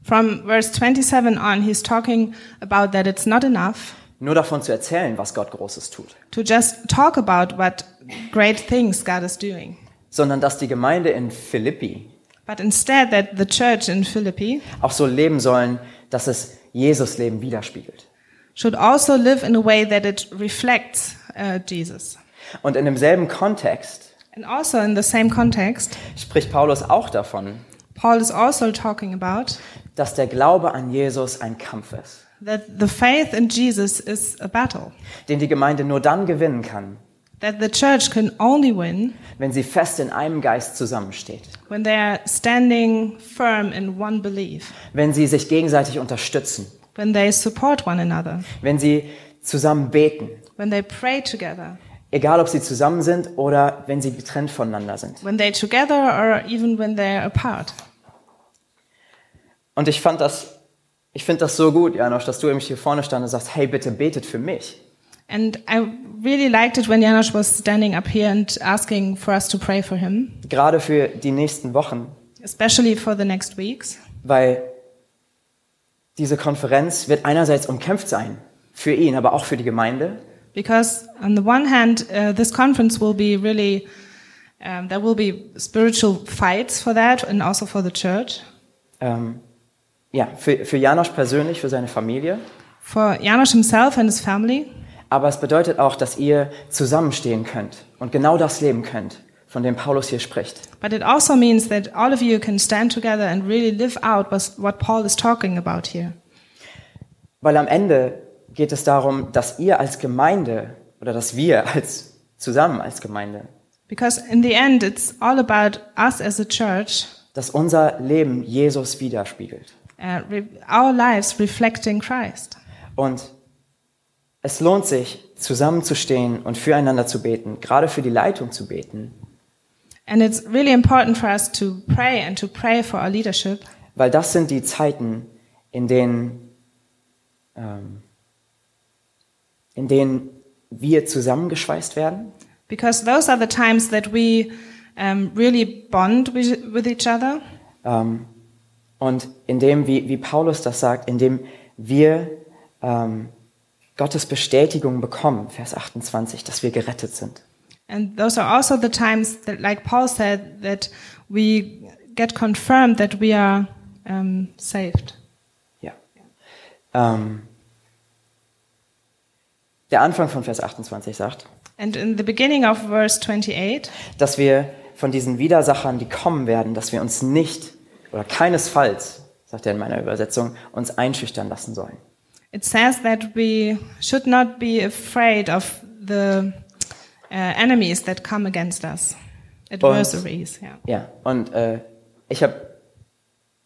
[SPEAKER 3] From verse 27 on, he's talking about that it's not enough
[SPEAKER 2] nur davon zu erzählen, was Gott Großes tut.
[SPEAKER 3] to just talk about what great things God is doing,
[SPEAKER 2] sondern dass die Gemeinde in Philippi
[SPEAKER 3] but instead that the church in Philippi
[SPEAKER 2] auch so leben sollen, dass es Jesus Leben widerspiegelt.
[SPEAKER 3] should also live in a way that it reflects uh, Jesus.
[SPEAKER 2] Und in demselben Kontext
[SPEAKER 3] And also in the same context,
[SPEAKER 2] spricht Paulus auch davon,
[SPEAKER 3] Paul is also talking about
[SPEAKER 2] dass der Glaube an Jesus ein Kampf ist,
[SPEAKER 3] that the faith in Jesus is a battle,
[SPEAKER 2] den die Gemeinde nur dann gewinnen kann,
[SPEAKER 3] that the church can only win
[SPEAKER 2] wenn sie fest in einem Geist zusammensteht,
[SPEAKER 3] when they are standing firm in one belief,
[SPEAKER 2] wenn sie sich gegenseitig unterstützen,
[SPEAKER 3] when they support one another,
[SPEAKER 2] wenn sie zusammen beten,
[SPEAKER 3] when they pray together,
[SPEAKER 2] egal ob sie zusammen sind oder wenn sie getrennt voneinander sind.
[SPEAKER 3] when they're together or even when they're apart.
[SPEAKER 2] Und ich fand das, ich finde das so gut, Janosch, dass du eben hier vorne standest und sagst, hey, bitte betet für mich.
[SPEAKER 3] And I really liked it when Janosch was standing up here and asking for us to pray for him,
[SPEAKER 2] gerade für die nächsten Wochen,
[SPEAKER 3] especially for the next weeks,
[SPEAKER 2] weil diese Konferenz wird einerseits umkämpft sein für ihn, aber auch für die Gemeinde.
[SPEAKER 3] Because on the one hand, uh, this conference will be really, um, there will be spiritual fights for that and also for the church.
[SPEAKER 2] Ähm, ja, für, für Janosch persönlich, für seine Familie.
[SPEAKER 3] For Janosch himself and his family,
[SPEAKER 2] Aber es bedeutet auch, dass ihr zusammenstehen könnt und genau das leben könnt, von dem Paulus hier spricht.
[SPEAKER 3] But it also means that all of you can stand together and really live out was- what Paul is talking about here.
[SPEAKER 2] Weil am Ende geht es darum, dass ihr als Gemeinde oder dass wir als zusammen als Gemeinde,
[SPEAKER 3] Because in the end, it's all about us as a church,
[SPEAKER 2] dass unser Leben Jesus widerspiegelt.
[SPEAKER 3] uh, re- our lives reflecting Christ.
[SPEAKER 2] Und es lohnt sich, zusammenzustehen und füreinander zu beten, gerade für die Leitung zu beten,
[SPEAKER 3] And it's really important for us to pray and to pray for our leadership
[SPEAKER 2] weil das sind die Zeiten, in denen, ähm, in denen wir zusammengeschweißt werden
[SPEAKER 3] because those are the times that we um, really bond with, with each other.
[SPEAKER 2] Ähm, und in dem, wie, wie Paulus das sagt, in dem wir ähm, Gottes Bestätigung bekommen, Vers 28, dass wir gerettet sind.
[SPEAKER 3] And those are also the times that, like Paul said, that we get confirmed that we are um, saved.
[SPEAKER 2] Ja. Ähm, der Anfang von Vers 28 sagt,
[SPEAKER 3] And in the beginning of verse 28,
[SPEAKER 2] dass wir von diesen Widersachern, die kommen werden, dass wir uns nicht oder keinesfalls, sagt er in meiner Übersetzung, uns einschüchtern lassen sollen.
[SPEAKER 3] it says that we should not be afraid of the uh, enemies that come against us, adversaries. Yeah.
[SPEAKER 2] Ja, und äh, ich habe,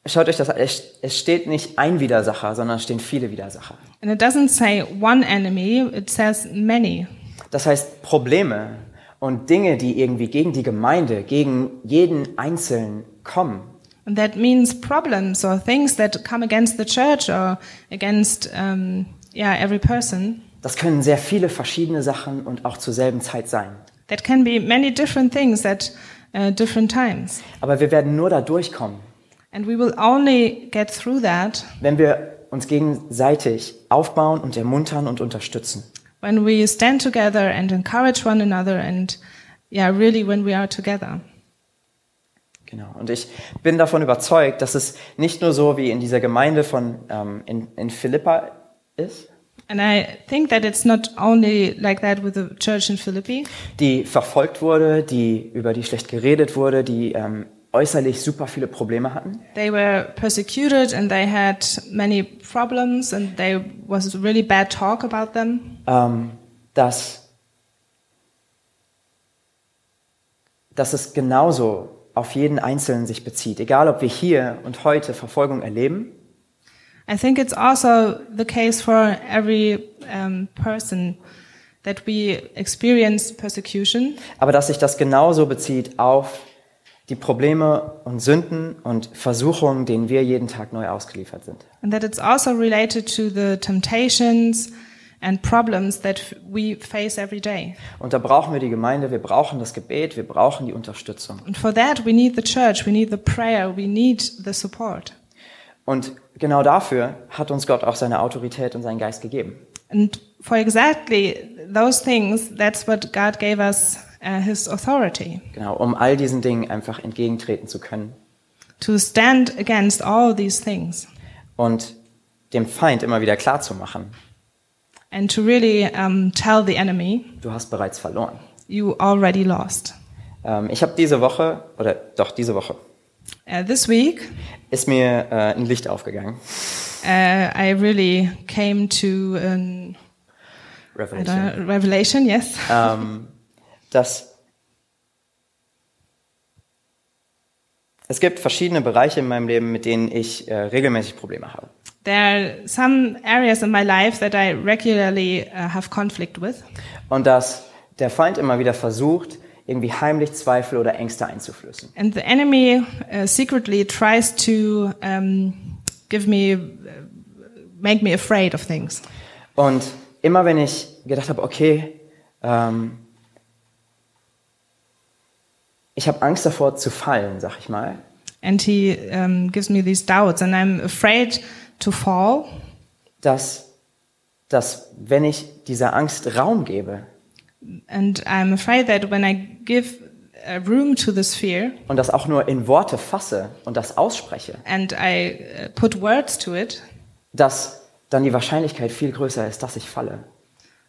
[SPEAKER 2] schaut euch das an, es, es steht nicht ein Widersacher, sondern es stehen viele Widersacher.
[SPEAKER 3] And it doesn't say one enemy, it says many.
[SPEAKER 2] Das heißt, Probleme und Dinge, die irgendwie gegen die Gemeinde, gegen jeden Einzelnen kommen,
[SPEAKER 3] And that means problems or things that come against the church or against um, yeah, every person.
[SPEAKER 2] das können sehr viele verschiedene Sachen und auch zur selben Zeit sein.
[SPEAKER 3] That can be many different things at uh, different times.
[SPEAKER 2] Aber wir werden nur da durchkommen,
[SPEAKER 3] And we will only get through that
[SPEAKER 2] wenn wir uns gegenseitig aufbauen und ermuntern und unterstützen.
[SPEAKER 3] when we stand together and encourage one another and yeah, really when we are together.
[SPEAKER 2] Genau. Und ich bin davon überzeugt, dass es nicht nur so wie in dieser Gemeinde von ähm, in, in Philippa ist,
[SPEAKER 3] And I think that it's not only like that with the church in Philippi,
[SPEAKER 2] die verfolgt wurde, die über die schlecht geredet wurde, die ähm, äußerlich super viele Probleme hatten.
[SPEAKER 3] they were persecuted and they had many problems and there was really bad talk about them
[SPEAKER 2] ähm, dass, dass es genauso auf jeden Einzelnen sich bezieht. Egal, ob wir hier und heute Verfolgung erleben
[SPEAKER 3] i think it's also the case for every um, person that we experience persecution
[SPEAKER 2] aber dass sich das genauso bezieht auf die Probleme und Sünden und Versuchungen, denen wir jeden Tag neu ausgeliefert sind.
[SPEAKER 3] and that it's also related to the temptations and problems that f- we face every day
[SPEAKER 2] Und da brauchen wir die Gemeinde, wir brauchen das Gebet, wir brauchen die Unterstützung.
[SPEAKER 3] and for that we need the church we need the prayer we need the support
[SPEAKER 2] Und genau dafür hat uns Gott auch seine Autorität und seinen Geist gegeben.
[SPEAKER 3] and for exactly those things that's what god gave us uh, his authority
[SPEAKER 2] Genau, um all diesen Dingen einfach entgegentreten zu können
[SPEAKER 3] to stand against all these things
[SPEAKER 2] und dem Feind immer wieder klar zu machen,
[SPEAKER 3] and to really um, tell the enemy
[SPEAKER 2] du hast bereits verloren.
[SPEAKER 3] you already lost.
[SPEAKER 2] Ähm, ich habe diese Woche, oder doch diese Woche,
[SPEAKER 3] Uh, this week,
[SPEAKER 2] ist mir äh, ein Licht aufgegangen.
[SPEAKER 3] uh, I really came to an I
[SPEAKER 2] Revelation.
[SPEAKER 3] don't know, revelation. Yes,
[SPEAKER 2] Ähm, dass es gibt verschiedene Bereiche in meinem Leben, mit denen ich äh, regelmäßig Probleme habe.
[SPEAKER 3] there are some areas in my life that I regularly uh, have conflict with,
[SPEAKER 2] Und dass der Feind immer wieder versucht, irgendwie heimlich Zweifel oder Ängste einzuflößen.
[SPEAKER 3] and the enemy uh, secretly tries to um, give me, uh, make me afraid of things.
[SPEAKER 2] Und immer wenn ich gedacht habe, okay, ähm, ich habe Angst davor zu fallen, sag ich mal,
[SPEAKER 3] And he um, gives me these doubts, and I'm afraid to fall.
[SPEAKER 2] dass dass wenn ich dieser Angst Raum gebe
[SPEAKER 3] And I'm afraid that when I give uh, room to this fear
[SPEAKER 2] und das auch nur in Worte fasse und das ausspreche,
[SPEAKER 3] and I uh, put words to it,
[SPEAKER 2] dass dann die Wahrscheinlichkeit viel größer ist, dass ich falle.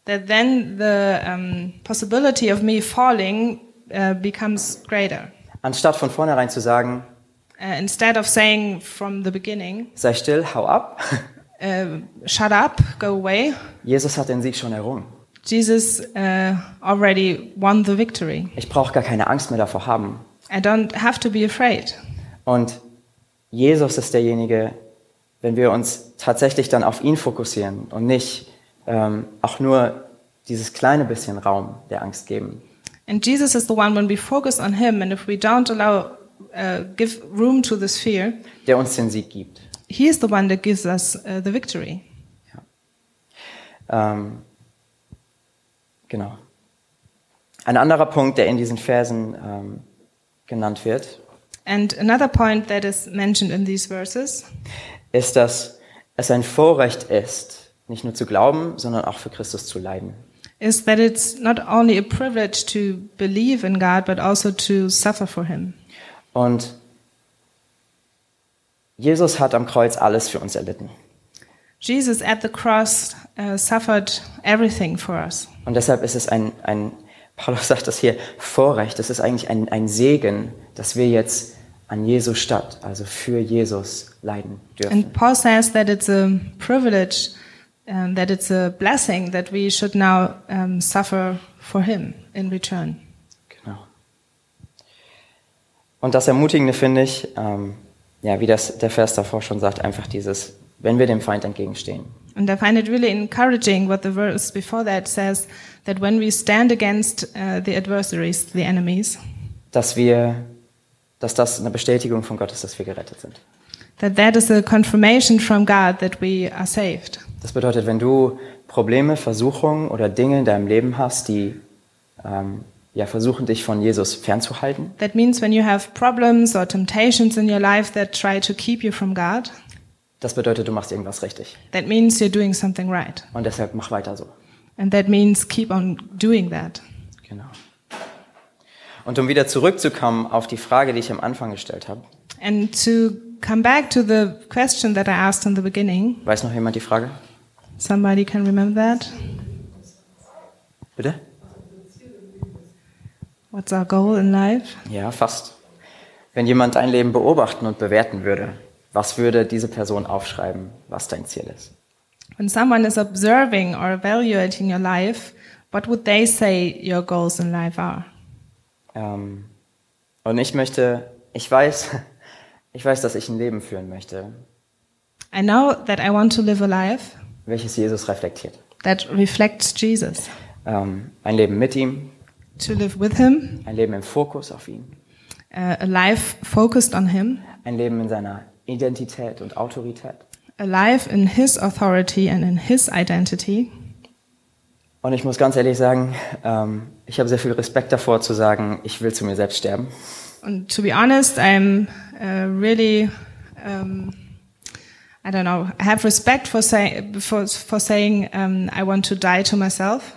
[SPEAKER 3] that then the um, possibility of me falling uh, becomes greater.
[SPEAKER 2] Anstatt von vornherein zu sagen,
[SPEAKER 3] Uh, instead of saying from the beginning,
[SPEAKER 2] sei still, hau ab.
[SPEAKER 3] uh, shut up, go away,
[SPEAKER 2] Jesus hat den Sieg schon errungen.
[SPEAKER 3] Jesus uh, already won the victory.
[SPEAKER 2] Ich brauche gar keine Angst mehr davor haben.
[SPEAKER 3] I don't have to be afraid.
[SPEAKER 2] Und Jesus ist derjenige, wenn wir uns tatsächlich dann auf ihn fokussieren und nicht ähm, auch nur dieses kleine bisschen Raum der Angst geben,
[SPEAKER 3] And Jesus is the one when we focus on him, and if we don't allow, uh, give room to this fear,
[SPEAKER 2] der uns den Sieg gibt.
[SPEAKER 3] he is the one that gives us uh, the victory.
[SPEAKER 2] Ähm, genau. Ein anderer Punkt, der in diesen Versen ähm, genannt wird,
[SPEAKER 3] And another point that is mentioned in these verses
[SPEAKER 2] ist, dass es ein Vorrecht ist, nicht nur zu glauben, sondern auch für Christus zu leiden.
[SPEAKER 3] is that it's not only a privilege to believe in God, but also to suffer for him.
[SPEAKER 2] Und Jesus hat am Kreuz alles für uns erlitten.
[SPEAKER 3] Jesus at the cross uh, suffered everything for us.
[SPEAKER 2] Und deshalb ist es ein, ein Paulus sagt das hier, Vorrecht, es ist eigentlich ein, ein Segen, dass wir jetzt an Jesu statt, also für Jesus leiden dürfen.
[SPEAKER 3] And Paul says that it's a privilege, um, that it's a blessing that we should now um, suffer for him in return.
[SPEAKER 2] Genau. Und das Ermutigende finde ich, ähm, ja, wie das der Vers davor schon sagt, einfach dieses, wenn wir dem Feind entgegenstehen.
[SPEAKER 3] And I find it really encouraging what the verse before that says that when we stand against uh, the adversaries, the enemies,
[SPEAKER 2] dass wir, dass das eine Bestätigung von Gott ist, dass wir gerettet sind.
[SPEAKER 3] that that is a confirmation from God that we are saved.
[SPEAKER 2] Das bedeutet, wenn du Probleme, Versuchungen oder Dinge in deinem Leben hast, die ähm, ja versuchen, dich von Jesus fernzuhalten,
[SPEAKER 3] That means when you have problems or temptations in your life that try to keep you from God,
[SPEAKER 2] das bedeutet, du machst irgendwas richtig.
[SPEAKER 3] that means you're doing something right.
[SPEAKER 2] Und deshalb mach weiter so.
[SPEAKER 3] And that means keep on doing that.
[SPEAKER 2] Genau. Und um wieder zurückzukommen auf die Frage, die ich am Anfang gestellt habe,
[SPEAKER 3] And to come back to the question that I asked in the beginning,
[SPEAKER 2] weiß noch jemand die Frage?
[SPEAKER 3] somebody can remember that?
[SPEAKER 2] Bitte?
[SPEAKER 3] What's our goal in life?
[SPEAKER 2] Ja, fast. Wenn jemand dein Leben beobachten und bewerten würde, was würde diese Person aufschreiben, was dein Ziel ist?
[SPEAKER 3] When someone is observing or evaluating your life, what would they say your goals in life are?
[SPEAKER 2] Ähm, und ich möchte, ich weiß, ich weiß, dass ich ein Leben führen möchte,
[SPEAKER 3] I know that I want to live a life
[SPEAKER 2] welches Jesus reflektiert.
[SPEAKER 3] that reflects Jesus,
[SPEAKER 2] Ähm, ein Leben mit ihm,
[SPEAKER 3] to live with Him,
[SPEAKER 2] ein Leben im Fokus auf ihn,
[SPEAKER 3] uh, a life focused on Him,
[SPEAKER 2] ein Leben in seiner Identität und Autorität.
[SPEAKER 3] a life in His authority and in His identity.
[SPEAKER 2] Und ich muss ganz ehrlich sagen, ähm, ich habe sehr viel Respekt davor zu sagen, ich will zu mir selbst sterben.
[SPEAKER 3] And to be honest, I'm uh, really, um, I don't know, I have respect for, say, for, for saying um, I want to die to myself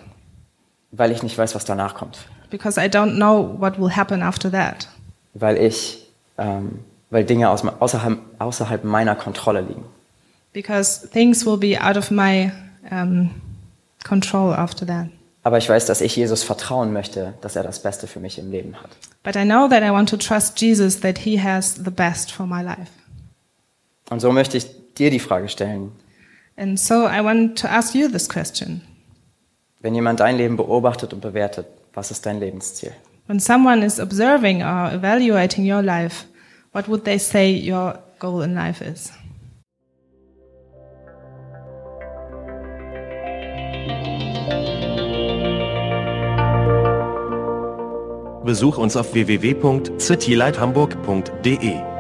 [SPEAKER 2] weil ich nicht weiß, was danach kommt.
[SPEAKER 3] because I don't know what will happen after that.
[SPEAKER 2] Weil ich, ähm, weil Dinge aus, außerhalb, außerhalb meiner Kontrolle liegen.
[SPEAKER 3] Because things will be out of my um, control after that.
[SPEAKER 2] Aber ich weiß, dass ich Jesus vertrauen möchte, dass er das Beste für mich im Leben hat.
[SPEAKER 3] But I know that I want to trust Jesus that He has the best for my life.
[SPEAKER 2] Und so möchte ich dir die Frage stellen,
[SPEAKER 3] And so I want to ask you this question.
[SPEAKER 2] wenn jemand dein Leben beobachtet und bewertet, was ist dein Lebensziel?
[SPEAKER 3] When someone is observing or evaluating your life, what would they say your goal in life is?
[SPEAKER 4] Besuch uns auf www.citylighthamburg.de.